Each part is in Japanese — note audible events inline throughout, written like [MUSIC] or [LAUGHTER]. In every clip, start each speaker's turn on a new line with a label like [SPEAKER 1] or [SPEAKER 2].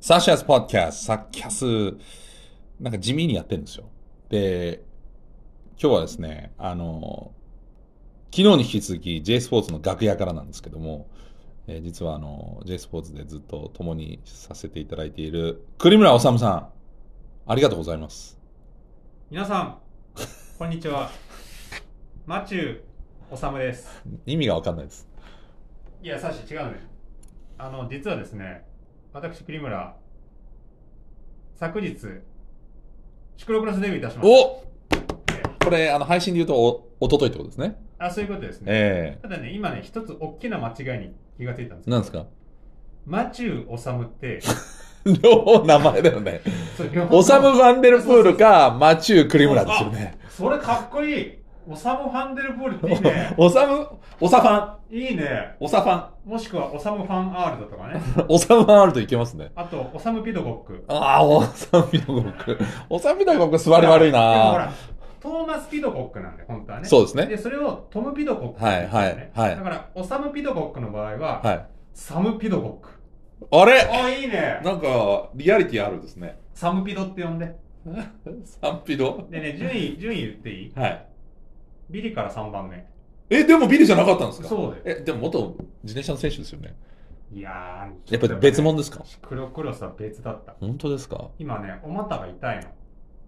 [SPEAKER 1] サッシャスポッキャス、サッキャス、なんか地味にやってるんですよ。で、今日はですね、あの、昨日に引き続き J スポーツの楽屋からなんですけども、えー実はあの、J スポーツでずっと共にさせていただいている、栗村治さん、ありがとうございます。
[SPEAKER 2] 皆さん、こんにちは。マチュー・オサムです。
[SPEAKER 1] 意味がわかんないです。
[SPEAKER 2] いや、サッシ違うのよ。あの、実はですね、私、栗村、昨日、シクロクロスデビューいたしまし
[SPEAKER 1] おこれ、あの、配信で言うとお、おとといってことですね。
[SPEAKER 2] た。あ、そういうことですね。
[SPEAKER 1] え
[SPEAKER 2] ただね、今ね、一つ大きな間違いに気がついたんです
[SPEAKER 1] えなんですか [LAUGHS]
[SPEAKER 2] マチュー・オサムって、
[SPEAKER 1] の名前だよね。
[SPEAKER 2] そう両方
[SPEAKER 1] オサム・ファンデルプールか、マチュー・クリムラですよね。。
[SPEAKER 2] それかっこいい。オサム・ファンデルポールっていいね
[SPEAKER 1] [LAUGHS] オサム、オサファン、
[SPEAKER 2] いいね。
[SPEAKER 1] オサファ
[SPEAKER 2] もしくは、オサム・ファン・アールドとかね。
[SPEAKER 1] ン、オサムファンあるといけますね。
[SPEAKER 2] あと、オサム・ピドゴック。
[SPEAKER 1] ああ、オサム・ピタゴック。オサム・ピタゴック座り悪い
[SPEAKER 2] でもほ
[SPEAKER 1] な
[SPEAKER 2] ら、トーマス・ピドコックなんで、本当はね。
[SPEAKER 1] そうですね。
[SPEAKER 2] で、それをトム・ピドコック、
[SPEAKER 1] はいはいはい
[SPEAKER 2] だから、オサム・ピドコックの場合は、
[SPEAKER 1] はい。
[SPEAKER 2] サム・ピドコック。
[SPEAKER 1] あれ
[SPEAKER 2] あ、いいね。
[SPEAKER 1] なんか、リアリティあるですね。
[SPEAKER 2] サム・ピドって呼んで。
[SPEAKER 1] サンピド
[SPEAKER 2] でね、順位、順位言っていい
[SPEAKER 1] はい。
[SPEAKER 2] ビリから3番目。
[SPEAKER 1] え、でもビリじゃなかったんですか
[SPEAKER 2] そうだよ。
[SPEAKER 1] え、でも元自転車の選手ですよね。
[SPEAKER 2] いやー、
[SPEAKER 1] やっぱり別
[SPEAKER 2] も
[SPEAKER 1] 物ですか
[SPEAKER 2] クロクロスは別だった。
[SPEAKER 1] 本当ですか
[SPEAKER 2] 今ね、お股が痛いの。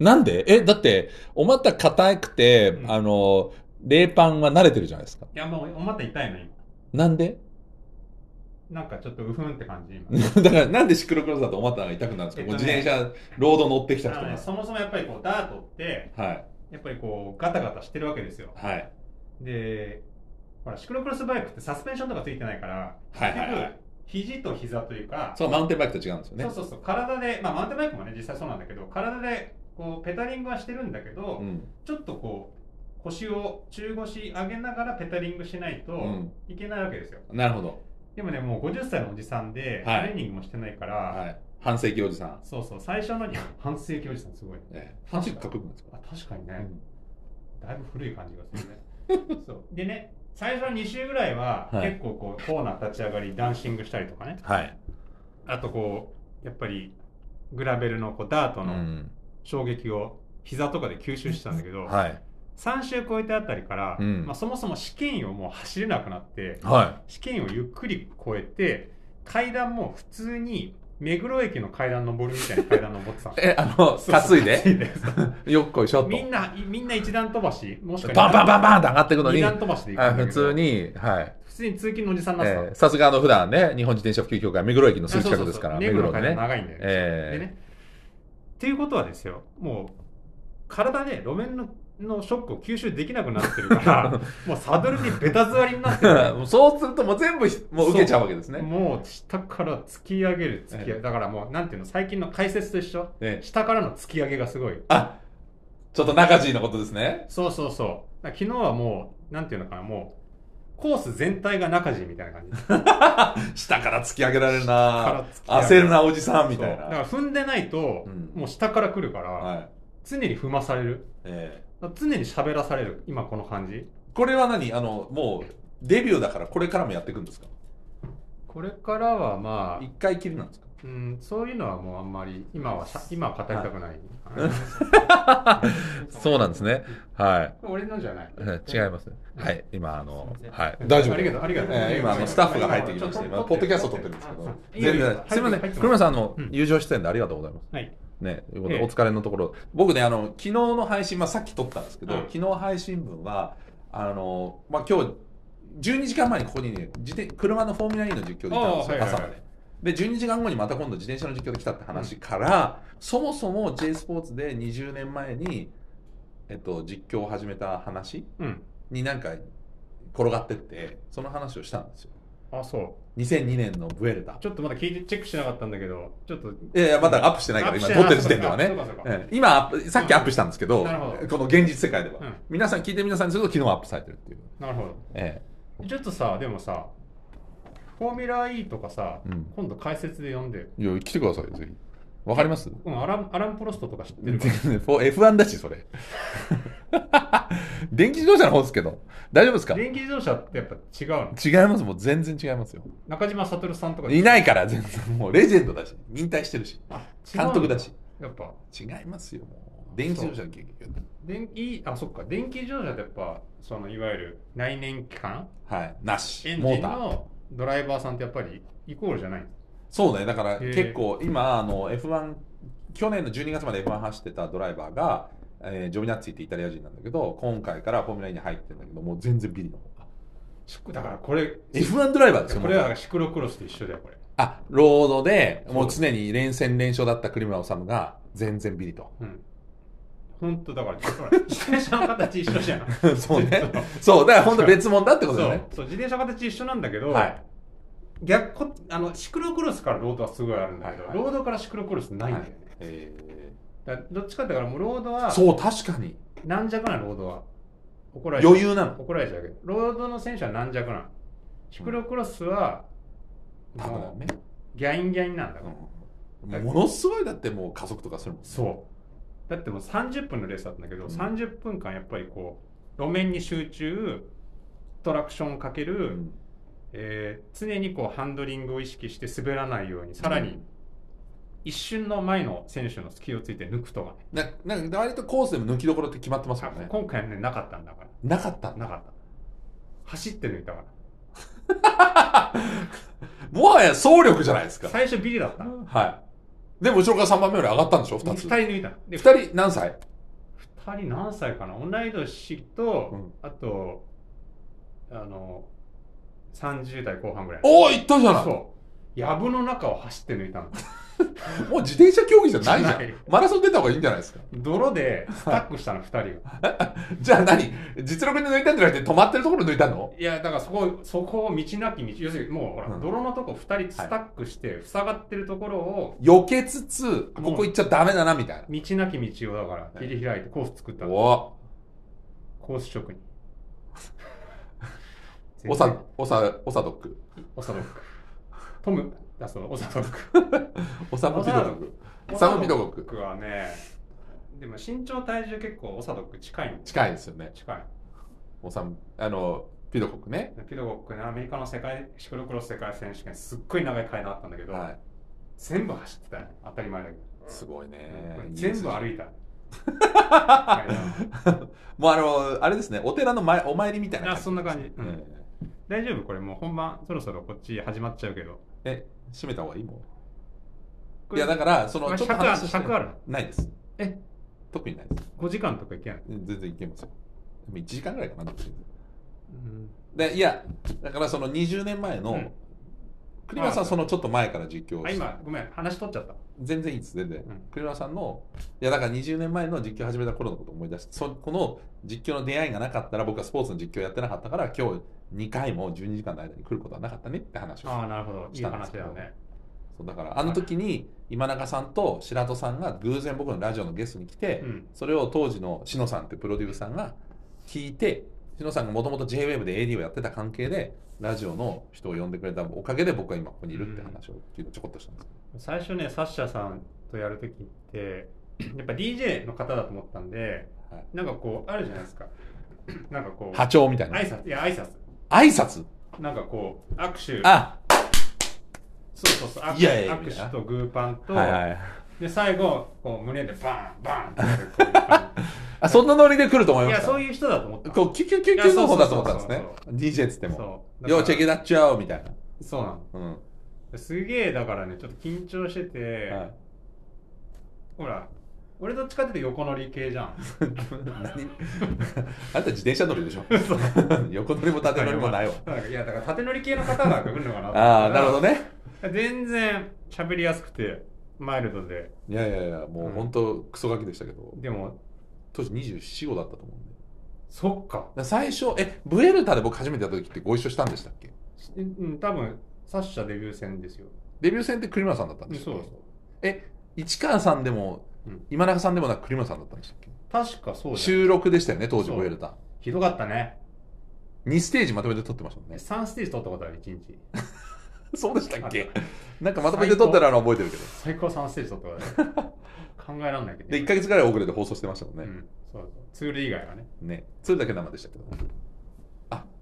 [SPEAKER 1] なんでえ、だって、お股硬くて、
[SPEAKER 2] うん
[SPEAKER 1] あの、冷パンは慣れてるじゃないですか。
[SPEAKER 2] いや、もうお股痛いの、今。
[SPEAKER 1] なんで
[SPEAKER 2] なんかちょっとうふんって感じ、
[SPEAKER 1] [LAUGHS]
[SPEAKER 2] 今。
[SPEAKER 1] だから、なんでシクロクロスだとお股が痛くなるんですか、
[SPEAKER 2] えっ
[SPEAKER 1] もう
[SPEAKER 2] とね
[SPEAKER 1] 自転車、ロード乗ってきた人
[SPEAKER 2] あの
[SPEAKER 1] が
[SPEAKER 2] ね、。そもそもやっぱりこう、ダートって、
[SPEAKER 1] はい。
[SPEAKER 2] やっぱりこう、ガタガタしてるわけですよ。
[SPEAKER 1] はい。
[SPEAKER 2] で、ほら、シクロクロスバイクってサスペンションとかついてないから、
[SPEAKER 1] はいはいはい
[SPEAKER 2] 結局、肘と膝というか、
[SPEAKER 1] そう、マウンテンバイクと違うんですよね。
[SPEAKER 2] そうそうそう体で、まあ、マウンテンバイクもね、実際そうなんだけど、体で、こう、ペタリングはしてるんだけど、
[SPEAKER 1] うん。
[SPEAKER 2] ちょっとこう、腰を中腰上げながらペタリングしないと
[SPEAKER 1] うん。
[SPEAKER 2] いけないわけですよ。
[SPEAKER 1] なるほど。
[SPEAKER 2] でもね、もう50歳のおじさんで、
[SPEAKER 1] はい
[SPEAKER 2] トレーニングもしてないから、
[SPEAKER 1] はい。半世紀おじさん。
[SPEAKER 2] そうそう、最初のに、半世紀おじさんすごいね。
[SPEAKER 1] ええ半世紀かっこよくないですか
[SPEAKER 2] あ、確かにね、
[SPEAKER 1] うん
[SPEAKER 2] だいぶ古い感じがする [LAUGHS] ねそうでね最初の2週ぐらいは、
[SPEAKER 1] はい
[SPEAKER 2] 結構こうコーナー立ち上がりダンシングしたりとかね
[SPEAKER 1] はい。
[SPEAKER 2] あとこうやっぱりグラベルのこうダー
[SPEAKER 1] う
[SPEAKER 2] トの
[SPEAKER 1] ん。
[SPEAKER 2] 衝撃を膝とかで吸収してたんだけど、
[SPEAKER 1] はい。
[SPEAKER 2] 3週超えてあたりから、
[SPEAKER 1] うん
[SPEAKER 2] まあ、そもそも試験をもう走れなくなって
[SPEAKER 1] は
[SPEAKER 2] 試験をゆっくり超えて階段も普通に目黒駅の階段登るみたいな階段登ってたの
[SPEAKER 1] い。え、あの、担いで、
[SPEAKER 2] [LAUGHS] 担い [LAUGHS] でそう
[SPEAKER 1] よっこいしょっと。
[SPEAKER 2] みんなみんな一段飛ばしもしくは
[SPEAKER 1] バンバンバンバンって上がっていくの
[SPEAKER 2] 二
[SPEAKER 1] に、
[SPEAKER 2] 段飛ばしで行く
[SPEAKER 1] あ普
[SPEAKER 2] んだけど
[SPEAKER 1] 通に、はい。
[SPEAKER 2] 普通に通勤のおじさんなってたの
[SPEAKER 1] えーさすがあの普段ね、日本自転車普及協会、目黒駅のすぐ近くですから、
[SPEAKER 2] あそ
[SPEAKER 1] 目
[SPEAKER 2] うそうそう目
[SPEAKER 1] 黒
[SPEAKER 2] 黒
[SPEAKER 1] で
[SPEAKER 2] の階段
[SPEAKER 1] ね。
[SPEAKER 2] 長いんだよね,、で
[SPEAKER 1] え
[SPEAKER 2] ねっていうことはですよもう体で路面ののショックを吸収できなくなってるから
[SPEAKER 1] [LAUGHS]
[SPEAKER 2] もうサドルにベタ座りになってる
[SPEAKER 1] ー [LAUGHS] もうそうするともう全部ひもう受けちゃうわけですね。
[SPEAKER 2] もう下から突き上げる突き上げ、
[SPEAKER 1] ええ
[SPEAKER 2] だからもうなんていうの最近の解説と一緒
[SPEAKER 1] ええ
[SPEAKER 2] 下からの突き上げがすごい
[SPEAKER 1] あ、ちょっと中地のことですね。
[SPEAKER 2] そうそうそうだから昨日はもうなんていうのかなもうコース全体が中地みたいな
[SPEAKER 1] [LAUGHS]
[SPEAKER 2] 感じ
[SPEAKER 1] 下から突き上げられる
[SPEAKER 2] から
[SPEAKER 1] な
[SPEAKER 2] 突き上げ
[SPEAKER 1] 焦
[SPEAKER 2] る
[SPEAKER 1] るなおじさんみたい
[SPEAKER 2] そうだか
[SPEAKER 1] な。
[SPEAKER 2] ら踏んでないと、
[SPEAKER 1] うん
[SPEAKER 2] もう下から来るから、
[SPEAKER 1] はい。
[SPEAKER 2] 常に踏まされる
[SPEAKER 1] え
[SPEAKER 2] だから常に喋らされる今この感じ
[SPEAKER 1] ーこれは何あの、もう、デビューだからこれからもやっていくんですか
[SPEAKER 2] これからはまあ
[SPEAKER 1] 一、回きりなんですか
[SPEAKER 2] うん、そういうのはもうあんまり今はしゃ今は語りたくない、
[SPEAKER 1] そうなんですね。 [LAUGHS] はい。
[SPEAKER 2] 俺のじゃない
[SPEAKER 1] 違いますす。はい。今、あの
[SPEAKER 2] すい、ません
[SPEAKER 1] はい。大丈夫
[SPEAKER 2] あ
[SPEAKER 1] で
[SPEAKER 2] り
[SPEAKER 1] す
[SPEAKER 2] がとうありがとう、
[SPEAKER 1] えー今あのスタッフが入ってきまして、
[SPEAKER 2] ちょっと
[SPEAKER 1] 今ポッドキャスト撮ってるんですけど、
[SPEAKER 2] いいよ
[SPEAKER 1] 全
[SPEAKER 2] いいよ
[SPEAKER 1] 然、すみませ
[SPEAKER 2] 入って
[SPEAKER 1] ん、
[SPEAKER 2] ます
[SPEAKER 1] 黒村さんあの
[SPEAKER 2] うん
[SPEAKER 1] 友情出演でありがとうございます。
[SPEAKER 2] はい
[SPEAKER 1] ね、ということで
[SPEAKER 2] ええ
[SPEAKER 1] お疲れのところ、僕ね、あの昨日の配信、まあ、さっき撮ったんですけど、
[SPEAKER 2] うん
[SPEAKER 1] 昨日配信分は、あのまあ今日12時間前にここにね、自転車のフォーミュラ E の実況でいたんですよ、
[SPEAKER 2] ああはいはいはい
[SPEAKER 1] 朝まで。で12時間後にまた今度自転車の実況で来たって話から、そもそも J スポーツで20年前に、えっと、実況を始めた話
[SPEAKER 2] うん
[SPEAKER 1] になんか転がってってその話をしたんですよ
[SPEAKER 2] あそ
[SPEAKER 1] 2002年のブエルタ
[SPEAKER 2] うちょっとまだ聞いてチェックしなかったんだけどちょっと
[SPEAKER 1] いやいやまだアップしてないから今
[SPEAKER 2] アッ
[SPEAKER 1] 撮
[SPEAKER 2] プしてない
[SPEAKER 1] ってる時点ではね
[SPEAKER 2] そうかそうか
[SPEAKER 1] ええ今アップさっきアップしたんですけど
[SPEAKER 2] なるほ
[SPEAKER 1] この現実世界では、
[SPEAKER 2] うん
[SPEAKER 1] 皆さん聞いて皆さんにすると昨日アップされてるっていう、
[SPEAKER 2] なるほど
[SPEAKER 1] え
[SPEAKER 2] ちょっとさでもさフォーミュラ E とかさ、
[SPEAKER 1] うん
[SPEAKER 2] 今度解説で読んでよ
[SPEAKER 1] え、いや来てくださいよぜひわかります
[SPEAKER 2] うん、アランアラン・プロストとか知って
[SPEAKER 1] 全 [LAUGHS]
[SPEAKER 2] る
[SPEAKER 1] 然 F1 だしそれ電気自動車の方ですけど大丈夫ですか違い
[SPEAKER 2] 電気自動車ってやっぱ違うの
[SPEAKER 1] ます。もう全然違いますよ。
[SPEAKER 2] 中島悟さんとか
[SPEAKER 1] いないから、全然。もうレジェンドだし、引退してるし、
[SPEAKER 2] あ違うん
[SPEAKER 1] 監督だし。
[SPEAKER 2] やっぱ
[SPEAKER 1] 違いますよ、もう。電気自動車の結局。
[SPEAKER 2] 電気あそっか電気自動車ってやっぱそのいわゆる内燃機関
[SPEAKER 1] はい。なし。
[SPEAKER 2] エン
[SPEAKER 1] モ
[SPEAKER 2] ジ
[SPEAKER 1] ー
[SPEAKER 2] ン
[SPEAKER 1] ター。
[SPEAKER 2] のドライバーさんってやっぱりイコールじゃない
[SPEAKER 1] そうね、だから
[SPEAKER 2] ー
[SPEAKER 1] 結構今、あの F1、去年の12月まで F1 走ってたドライバーが、えージョビナッツィってイタリア人なんだけど、今回からフォーミュラーに入ってるんだけど、もう全然ビリの方が。
[SPEAKER 2] シュクだからこれ
[SPEAKER 1] F1 ドライバーですよ、
[SPEAKER 2] こ
[SPEAKER 1] も
[SPEAKER 2] れ
[SPEAKER 1] う
[SPEAKER 2] はシクロクロスと一緒だよこれ
[SPEAKER 1] あ、ロードで、もう
[SPEAKER 2] そ
[SPEAKER 1] 常に連戦連勝だった栗村治が、全然ビリ
[SPEAKER 2] [LAUGHS]
[SPEAKER 1] と。
[SPEAKER 2] うん本当だか
[SPEAKER 1] [LAUGHS]
[SPEAKER 2] らほら自転車の形一緒じゃん
[SPEAKER 1] そうね。そう、だから本当別物だって
[SPEAKER 2] そ
[SPEAKER 1] こ
[SPEAKER 2] う
[SPEAKER 1] とだよね。
[SPEAKER 2] そう自転車の形一緒なんだけど、
[SPEAKER 1] はい
[SPEAKER 2] 逆こあのシクロクロスからロードはすごいあるんだけど、
[SPEAKER 1] はいはい
[SPEAKER 2] ロードからシクロクロスないんだよね、
[SPEAKER 1] え
[SPEAKER 2] だからどっちかっていうとだからもうロード
[SPEAKER 1] ー
[SPEAKER 2] は
[SPEAKER 1] そう、確かに。
[SPEAKER 2] 軟弱なのロードは怒られちゃう
[SPEAKER 1] 余裕なの。
[SPEAKER 2] 怒られちゃうけどロードの選手は軟弱なのシクロクロスは、
[SPEAKER 1] 多分
[SPEAKER 2] も
[SPEAKER 1] ね。
[SPEAKER 2] うギャインギャインなんだから、
[SPEAKER 1] うんものすごいだってもう加速とかするもん。
[SPEAKER 2] そうだってもう30分のレースだったんだけ
[SPEAKER 1] う
[SPEAKER 2] ど、
[SPEAKER 1] ん
[SPEAKER 2] 30分間やっぱりこう路面に集中トラクションをかける、
[SPEAKER 1] うん
[SPEAKER 2] えー常にこうハンドリングを意識して滑らないようにさらに一瞬の前の選手の隙をついて抜くとかね
[SPEAKER 1] ななんか割とコースでも抜きどころって決まってますもんね。
[SPEAKER 2] 今回はねなかったんだか
[SPEAKER 1] なかった
[SPEAKER 2] ら。なかった走って抜いたか
[SPEAKER 1] もはや総力じゃないです
[SPEAKER 2] ら
[SPEAKER 1] か。
[SPEAKER 2] 最初ビリだったの
[SPEAKER 1] はい。でも後ろから3番目より上がったんでしょ
[SPEAKER 2] 2
[SPEAKER 1] ?2 つ。
[SPEAKER 2] 人
[SPEAKER 1] 2
[SPEAKER 2] 抜いたので
[SPEAKER 1] 人何歳
[SPEAKER 2] 2人何歳かな同い年と、
[SPEAKER 1] うん
[SPEAKER 2] あとあの30代後半ぐらい
[SPEAKER 1] おお、行ったじゃない
[SPEAKER 2] そう藪の中を走って抜いたの
[SPEAKER 1] もう自転車競技じゃないじゃ
[SPEAKER 2] ない
[SPEAKER 1] ん。マラソン出た方がいいんじゃないですか。
[SPEAKER 2] [LAUGHS]
[SPEAKER 1] [LAUGHS]
[SPEAKER 2] 泥でスタックしたの2人が
[SPEAKER 1] じゃあ何実力で抜いたんじゃなくて止まってるところ抜いたの
[SPEAKER 2] いやだからそこそこを道なき道要するにもうほら、
[SPEAKER 1] うん
[SPEAKER 2] 泥のとこ2人スタックして塞がってるところを
[SPEAKER 1] 避けつつ、ここ行っちゃダメだな、みたい
[SPEAKER 2] 道なき道をだから切り開いてコース作った
[SPEAKER 1] な。
[SPEAKER 2] の
[SPEAKER 1] お
[SPEAKER 2] コース職人
[SPEAKER 1] [LAUGHS] お、おさ、おさ、おさドック。
[SPEAKER 2] オサドックトムだそうオサドック
[SPEAKER 1] おさむピドドック。サムピドドック。
[SPEAKER 2] 僕はねでも身長体重結構オサドック近いんです
[SPEAKER 1] 近いですよね。
[SPEAKER 2] 近い
[SPEAKER 1] おさむ、あの、ピドコックね。
[SPEAKER 2] ピドゴックねアメリカの世界シクロクロス世界選手権すっごい長い階段あったんだけど、
[SPEAKER 1] はい。
[SPEAKER 2] 全部走ってたよ当たり前だけど、
[SPEAKER 1] すごいね。
[SPEAKER 2] 全部歩い
[SPEAKER 1] [LAUGHS]
[SPEAKER 2] た階段
[SPEAKER 1] もうあの、あれですね、お寺の前お参りみたいな
[SPEAKER 2] あそんな感じ、うん
[SPEAKER 1] え
[SPEAKER 2] 大丈夫これもう本番そろそろこっち始まっちゃうけど
[SPEAKER 1] ええ、閉めた方がいいも
[SPEAKER 2] こ
[SPEAKER 1] ん。いや、
[SPEAKER 2] れ
[SPEAKER 1] だから、そ
[SPEAKER 2] こ
[SPEAKER 1] の、
[SPEAKER 2] れ
[SPEAKER 1] ちょっと
[SPEAKER 2] 尺ある
[SPEAKER 1] 話して
[SPEAKER 2] 尺あるの
[SPEAKER 1] ないです。
[SPEAKER 2] え
[SPEAKER 1] 特にないです。
[SPEAKER 2] 5時間とかいけない、
[SPEAKER 1] うん全然いけますよ。でも1時間ぐらいかな、どっち
[SPEAKER 2] うん
[SPEAKER 1] で、いや、だからその20年前
[SPEAKER 2] う
[SPEAKER 1] の
[SPEAKER 2] ん、
[SPEAKER 1] 栗原さんはそのちょっと前から実況を
[SPEAKER 2] あ
[SPEAKER 1] して
[SPEAKER 2] 今ごめん話取っちゃった
[SPEAKER 1] 全然いいです、全然
[SPEAKER 2] うん。
[SPEAKER 1] 栗原さんの、いや、だから20年前の実況始めた頃のことを思い出して、そこの実況の出会いがなかったら、僕はスポーツの実況やってなかったから、今日2回も12時間の間に来ることはなかったねって話をして
[SPEAKER 2] ああなるほどいい話だよね
[SPEAKER 1] そうだからあの時に今中さんと白戸さんが偶然僕のラジオのゲストに来て、
[SPEAKER 2] うん
[SPEAKER 1] それを当時の篠さんってプロデューサーが聞いて篠さんがもともと JWAVE で AD をやってた関係でラジオの人を呼んでくれたおかげで僕は今ここにいるって話を昨日ちょこっとしたんです
[SPEAKER 2] 最初ねサッシャさんとやるとき
[SPEAKER 1] [CLEARS THROAT]
[SPEAKER 2] ってやっぱ DJ の方だと思ったんで、
[SPEAKER 1] はい
[SPEAKER 2] なんかこうあるじゃないですか [CLEARS THROAT] なんかこう
[SPEAKER 1] 波長みたいな
[SPEAKER 2] 挨拶いや挨拶
[SPEAKER 1] 挨拶
[SPEAKER 2] なんかこう握手
[SPEAKER 1] あ
[SPEAKER 2] そうそうそう握手
[SPEAKER 1] いやいやいや
[SPEAKER 2] 握手とグーパンと、
[SPEAKER 1] はいはい
[SPEAKER 2] で最後こう胸でバンバンって
[SPEAKER 1] [LAUGHS]
[SPEAKER 2] やるこういう感
[SPEAKER 1] あそんなノリで来ると思い
[SPEAKER 2] じい
[SPEAKER 1] ま
[SPEAKER 2] や
[SPEAKER 1] した
[SPEAKER 2] そういう人だと思った
[SPEAKER 1] こうキュキュキュキュの方だと思ったんです
[SPEAKER 2] い
[SPEAKER 1] ね
[SPEAKER 2] やそうそう
[SPEAKER 1] DJ っつっても
[SPEAKER 2] そ
[SPEAKER 1] 「
[SPEAKER 2] う
[SPEAKER 1] よーチェケ
[SPEAKER 2] だか
[SPEAKER 1] ダッチャオ」みたいな、
[SPEAKER 2] らそうなの
[SPEAKER 1] うん
[SPEAKER 2] すげえだからねちょっと緊張してて、
[SPEAKER 1] はい
[SPEAKER 2] ほら俺どっちかっていうと横乗り系じゃん [LAUGHS]
[SPEAKER 1] 何あんた自転車乗りでしょ
[SPEAKER 2] そう
[SPEAKER 1] 横乗りも縦乗りもないわ。
[SPEAKER 2] なんかいやだから縦乗り系の方が来るのかなと思ったら
[SPEAKER 1] ああ、なるほどね。
[SPEAKER 2] 全然喋りやすくてマイルドで
[SPEAKER 1] いやいやいや、もう本当、クソガキでしたけど、
[SPEAKER 2] でも
[SPEAKER 1] 当時27、5だったと思うんで。
[SPEAKER 2] そっか
[SPEAKER 1] だから最初、え、ブエルタで僕初めてやった時ってご一緒したんでしたっけ
[SPEAKER 2] しうん多分サッシャデビュー戦ですよ
[SPEAKER 1] デビュー戦って栗村さんだったんでした
[SPEAKER 2] そ
[SPEAKER 1] っ
[SPEAKER 2] う
[SPEAKER 1] けえ、市川さんでも
[SPEAKER 2] うん、
[SPEAKER 1] 今中さんでもなく栗村さんだったんでしたっけ
[SPEAKER 2] 確かそうだよ
[SPEAKER 1] 収録でしたよね、当時
[SPEAKER 2] そう
[SPEAKER 1] ブエルタ。
[SPEAKER 2] ひどかったね
[SPEAKER 1] 2ステージまとめて撮ってました
[SPEAKER 2] [LAUGHS]
[SPEAKER 1] もんね。
[SPEAKER 2] 3ステージ取ったことある1日
[SPEAKER 1] そうでしたっ
[SPEAKER 2] は
[SPEAKER 1] け
[SPEAKER 2] い
[SPEAKER 1] なんかまとめて撮ってるのは覚えてるけど。
[SPEAKER 2] 最高3ステージ取ったことある
[SPEAKER 1] [LAUGHS]
[SPEAKER 2] 考えらんないけど
[SPEAKER 1] で、1ヶ月ぐらい遅れて放送してましたもん
[SPEAKER 2] う
[SPEAKER 1] ね。
[SPEAKER 2] ん、そうそうツール以外はね
[SPEAKER 1] ね。それだけ生でしたけど。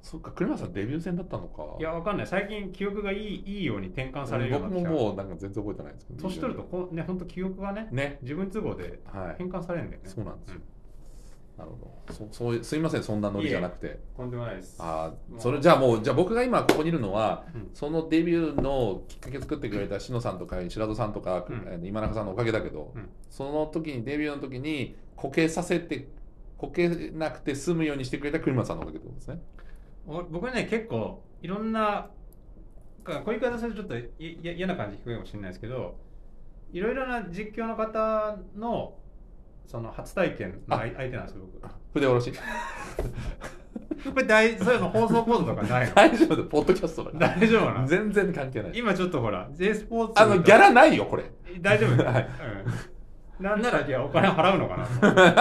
[SPEAKER 1] そっか、栗林さんデビュー戦だったのか。
[SPEAKER 2] いや、わかんない。最近記憶がいいいいように転換されるよう
[SPEAKER 1] 僕
[SPEAKER 2] になって
[SPEAKER 1] も
[SPEAKER 2] きた。
[SPEAKER 1] もうなんか全然覚えてないですけど。
[SPEAKER 2] 年取るとこう、ね、本当記憶がね、
[SPEAKER 1] ね。
[SPEAKER 2] 自分都合で
[SPEAKER 1] はい。
[SPEAKER 2] 変換されるんだよね。
[SPEAKER 1] そうなんですよ
[SPEAKER 2] うん。
[SPEAKER 1] なるほど。そそういうすみません、そんなノリじゃなくて。
[SPEAKER 2] とんでもないです。
[SPEAKER 1] ああ、それじゃあもう、じゃあ僕が今ここにいるのは、
[SPEAKER 2] うん
[SPEAKER 1] そのデビューのきっかけ作ってくれた篠さんとか白戸さんとか、
[SPEAKER 2] うん
[SPEAKER 1] えー今中さんのおかげだけど、
[SPEAKER 2] うん
[SPEAKER 1] その時にデビューの時にこけさせて、こけなくて済むようにしてくれた栗山さんのおかげってことですね。
[SPEAKER 2] お僕ね、結構、いろんな、かこういう言い方するとちょっといい嫌な感じ聞こえるかもしれないですけど、いろいろな実況の方の、その初体験の
[SPEAKER 1] あ
[SPEAKER 2] 相相手なんですよ、僕。
[SPEAKER 1] 筆下ろ
[SPEAKER 2] [LAUGHS]
[SPEAKER 1] し。
[SPEAKER 2] これ大、そういうの放送コードとか
[SPEAKER 1] [LAUGHS]
[SPEAKER 2] ないの
[SPEAKER 1] 大丈夫だよポッドキャストだから。
[SPEAKER 2] 大丈夫なの
[SPEAKER 1] 全然関係ない。
[SPEAKER 2] 今ちょっとほら、J スポーツ
[SPEAKER 1] あの、ギャラないよ、これ。
[SPEAKER 2] 大丈夫だよ、
[SPEAKER 1] は
[SPEAKER 2] うん、なんなら、いや、お金払うのかなと思っ
[SPEAKER 1] [LAUGHS]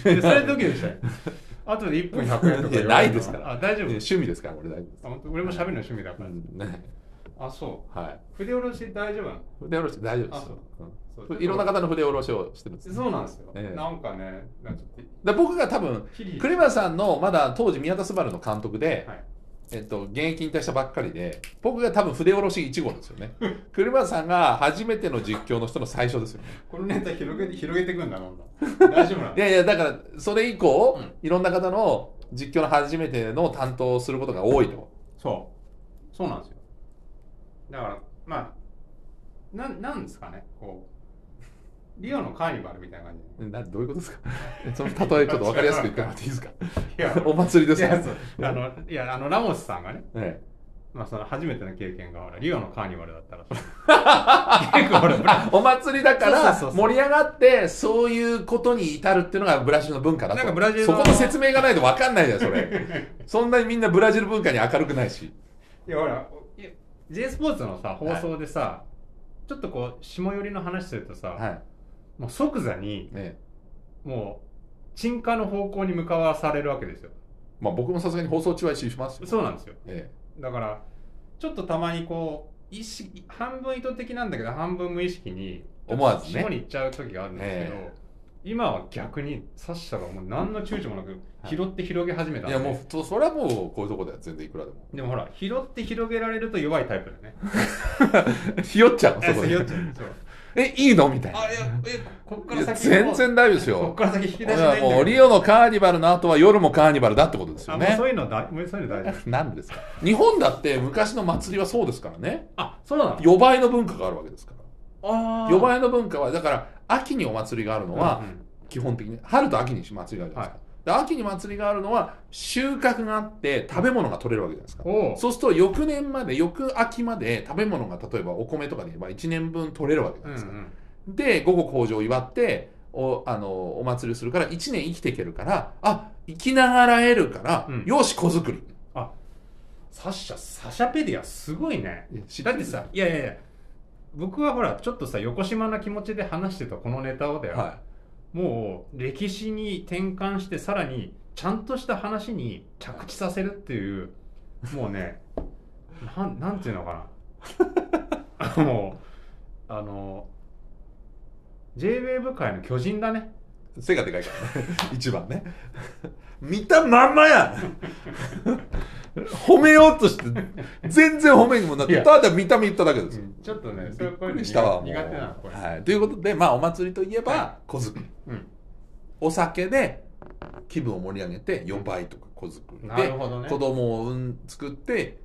[SPEAKER 1] い
[SPEAKER 2] て。それの時でしたよ。あとで1分100円とか言われ
[SPEAKER 1] い
[SPEAKER 2] る
[SPEAKER 1] や
[SPEAKER 2] の
[SPEAKER 1] ないですから
[SPEAKER 2] あ、大丈夫。
[SPEAKER 1] 趣味ですから、これ大丈夫です
[SPEAKER 2] あ本当俺も喋るの趣味だか
[SPEAKER 1] う
[SPEAKER 2] ら。
[SPEAKER 1] ん。ね。
[SPEAKER 2] あ、そ
[SPEAKER 1] はい。
[SPEAKER 2] う。筆下ろし大丈夫なの
[SPEAKER 1] 筆下ろし、大丈夫です
[SPEAKER 2] あ
[SPEAKER 1] よ。
[SPEAKER 2] そう
[SPEAKER 1] うんいろんな方の筆下ろしをしてるんです。
[SPEAKER 2] そうなんですよ。
[SPEAKER 1] ええ
[SPEAKER 2] なんかね、なんかちょっ
[SPEAKER 1] で僕が多分、
[SPEAKER 2] と、ヒリヒリ
[SPEAKER 1] 栗原さんのまだ当時宮田昴の監督で、
[SPEAKER 2] はい
[SPEAKER 1] えっと、現役引退したばっかりで僕が多分筆下ろし1号ですよ
[SPEAKER 2] [LAUGHS]
[SPEAKER 1] ね栗原さんが初めての実況の人の最初ですよね
[SPEAKER 2] このネタ広げて、広げてくん
[SPEAKER 1] [LAUGHS]
[SPEAKER 2] だ、なんだ。大丈夫なの
[SPEAKER 1] いやいやだからそれ以降、
[SPEAKER 2] うん
[SPEAKER 1] いろんな方の実況の初めての担当をすることが多いと
[SPEAKER 2] そう。そうなんですよ。だから、まあ、なん、なんですかね、こう、リオのカーニバルみたいな感じ
[SPEAKER 1] などういうことですか [LAUGHS] その例えちょっと分かりやすく言ってもらっていいですか
[SPEAKER 2] で。い
[SPEAKER 1] [LAUGHS]
[SPEAKER 2] や、
[SPEAKER 1] お祭りです
[SPEAKER 2] い
[SPEAKER 1] か
[SPEAKER 2] やそうあの、いや、あの、ラモスさんがね、
[SPEAKER 1] え
[SPEAKER 2] まあ、その初めての経験が、ほら、リオのカーニバルだったら
[SPEAKER 1] [LAUGHS]
[SPEAKER 2] しい、結構ほら、ブラ
[SPEAKER 1] えお祭りだから
[SPEAKER 2] そうそうそうそう
[SPEAKER 1] 盛り上がってそういうことに至るっていうのがブラジルの文化だと
[SPEAKER 2] なんかブラジル
[SPEAKER 1] そ
[SPEAKER 2] の
[SPEAKER 1] この説明がないと分かんないじゃんそれ [LAUGHS] そんなにみんなブラジル文化に明るくないし
[SPEAKER 2] いや、ほら、いや J スポーツのさ、放送でさ、ちょっとこう、下寄りの話するとさ、
[SPEAKER 1] はい
[SPEAKER 2] もう即座に、
[SPEAKER 1] ねえ
[SPEAKER 2] もう、沈下の方向に向かわされるわけですよ。
[SPEAKER 1] まあ僕もさすがに放送中は一緒にしますよ。
[SPEAKER 2] そうなんですよ。
[SPEAKER 1] え
[SPEAKER 2] だから、ちょっとたまにこう、意識、半分意図的なんだけど、半分無意識に、
[SPEAKER 1] 思わずね
[SPEAKER 2] 下に行っちゃう時があるんですけど、
[SPEAKER 1] え
[SPEAKER 2] 今は逆に、サッシャがもう何の躊躇もなく、
[SPEAKER 1] はい
[SPEAKER 2] 拾って広げ始め
[SPEAKER 1] え
[SPEAKER 2] たん
[SPEAKER 1] い
[SPEAKER 2] で
[SPEAKER 1] やもうそそれはもうこういうとこだよ全然いくらでも
[SPEAKER 2] でもほら、拾って広げられると弱いタイプだよね。
[SPEAKER 1] ひよっちゃうのそこ
[SPEAKER 2] そう拾っ
[SPEAKER 1] で
[SPEAKER 2] ちゃうそう
[SPEAKER 1] えいいのみたいな
[SPEAKER 2] あ、いや、え、こっから
[SPEAKER 1] いや
[SPEAKER 2] 先
[SPEAKER 1] 全
[SPEAKER 2] も
[SPEAKER 1] 然大丈夫です
[SPEAKER 2] こっ
[SPEAKER 1] よ
[SPEAKER 2] から先引き出し
[SPEAKER 1] 俺
[SPEAKER 2] な
[SPEAKER 1] はい
[SPEAKER 2] んだ
[SPEAKER 1] もう
[SPEAKER 2] けど
[SPEAKER 1] リオのカーニバルの後は夜もカーニバルだってことですよ
[SPEAKER 2] あ、もう
[SPEAKER 1] ね
[SPEAKER 2] そういうのだ、もうそういうの大丈
[SPEAKER 1] [LAUGHS]
[SPEAKER 2] 夫。
[SPEAKER 1] なんですか日本だって昔の祭りはそうですからね
[SPEAKER 2] あ、そうなの
[SPEAKER 1] 4倍の文化があるわけですから
[SPEAKER 2] あ
[SPEAKER 1] 4倍の文化はだから秋にお祭りがあるのは
[SPEAKER 2] うん
[SPEAKER 1] 基本的に春と秋に祭りがあるじゃないですか、で秋に祭りがあるのは収穫があって食べ物が取れるわけじゃないですか
[SPEAKER 2] おう
[SPEAKER 1] そうすると翌年まで翌秋まで食べ物が例えばお米とかで言えば1年分取れるわけじゃ
[SPEAKER 2] う
[SPEAKER 1] なんいうですか、
[SPEAKER 2] ん。
[SPEAKER 1] で午後工場を祝っておあのお祭りするから1年生きていけるからあ生きながらえるから、
[SPEAKER 2] うん
[SPEAKER 1] よし子作り
[SPEAKER 2] サッシャ、サシャペディアすごいね。
[SPEAKER 1] 知
[SPEAKER 2] だってさ、いやいやいや、僕はほら、ちょっとさ、横島な気持ちで話してたこのネタをだよ。
[SPEAKER 1] は
[SPEAKER 2] もう、歴史に転換して、さらに、ちゃんとした話に着地させるっていう、もうね、 [LAUGHS] なん、なんていうのかな。 [LAUGHS] もう、あの、JWAVE 界の巨人だね。
[SPEAKER 1] い背がでかいからね一番ね見たまんまやん褒めようとして全然褒めにもなっ
[SPEAKER 2] い
[SPEAKER 1] て
[SPEAKER 2] や
[SPEAKER 1] ただ見た目言っただけですよ、
[SPEAKER 2] ちょっとね、そ
[SPEAKER 1] び
[SPEAKER 2] れ
[SPEAKER 1] っ
[SPEAKER 2] こうい
[SPEAKER 1] く
[SPEAKER 2] うの
[SPEAKER 1] り
[SPEAKER 2] 苦
[SPEAKER 1] したわ
[SPEAKER 2] 手
[SPEAKER 1] もう、
[SPEAKER 2] 苦手なの、これ。
[SPEAKER 1] はい、ということでまあお祭りといえば
[SPEAKER 2] は
[SPEAKER 1] 子作り
[SPEAKER 2] うん。
[SPEAKER 1] お酒で気分を盛り上げて4倍とか子作り
[SPEAKER 2] な
[SPEAKER 1] で、
[SPEAKER 2] るほどね
[SPEAKER 1] 子。供を産ん作って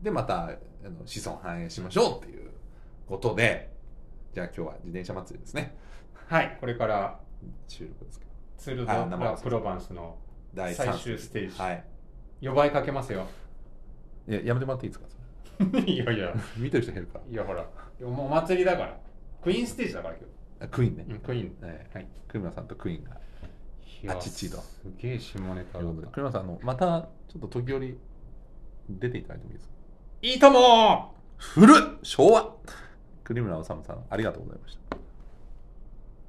[SPEAKER 1] でまたあの子孫繁栄しましょうっていうことでじゃあ今日は自転車祭りですね
[SPEAKER 2] はい、これから、
[SPEAKER 1] 収録ですけど
[SPEAKER 2] ツール・
[SPEAKER 1] あ
[SPEAKER 2] ド・
[SPEAKER 1] 生
[SPEAKER 2] ラ・
[SPEAKER 1] です
[SPEAKER 2] プロバンスの
[SPEAKER 1] 第
[SPEAKER 2] 最
[SPEAKER 1] 3
[SPEAKER 2] 終ステージ。
[SPEAKER 1] はい
[SPEAKER 2] 4倍かけますよ。
[SPEAKER 1] いややめてもらっていいですかそ [LAUGHS] れ
[SPEAKER 2] [LAUGHS] いやいや、
[SPEAKER 1] 見てる人減るか
[SPEAKER 2] いやほら、もうお祭りだから。クイーンステージだから今
[SPEAKER 1] らあクイーンね、
[SPEAKER 2] 日。うん、クイーン。
[SPEAKER 1] ええ
[SPEAKER 2] はい
[SPEAKER 1] 栗村さんとクイーンが
[SPEAKER 2] いや
[SPEAKER 1] あちちだ
[SPEAKER 2] すげえ下ネタ
[SPEAKER 1] と
[SPEAKER 2] だ
[SPEAKER 1] いうこ
[SPEAKER 2] な
[SPEAKER 1] とで栗村さんあのまたちょっと時折出ていただいてもいいですか
[SPEAKER 2] いいとも
[SPEAKER 1] 古っ昭和栗村修さんありがとうございました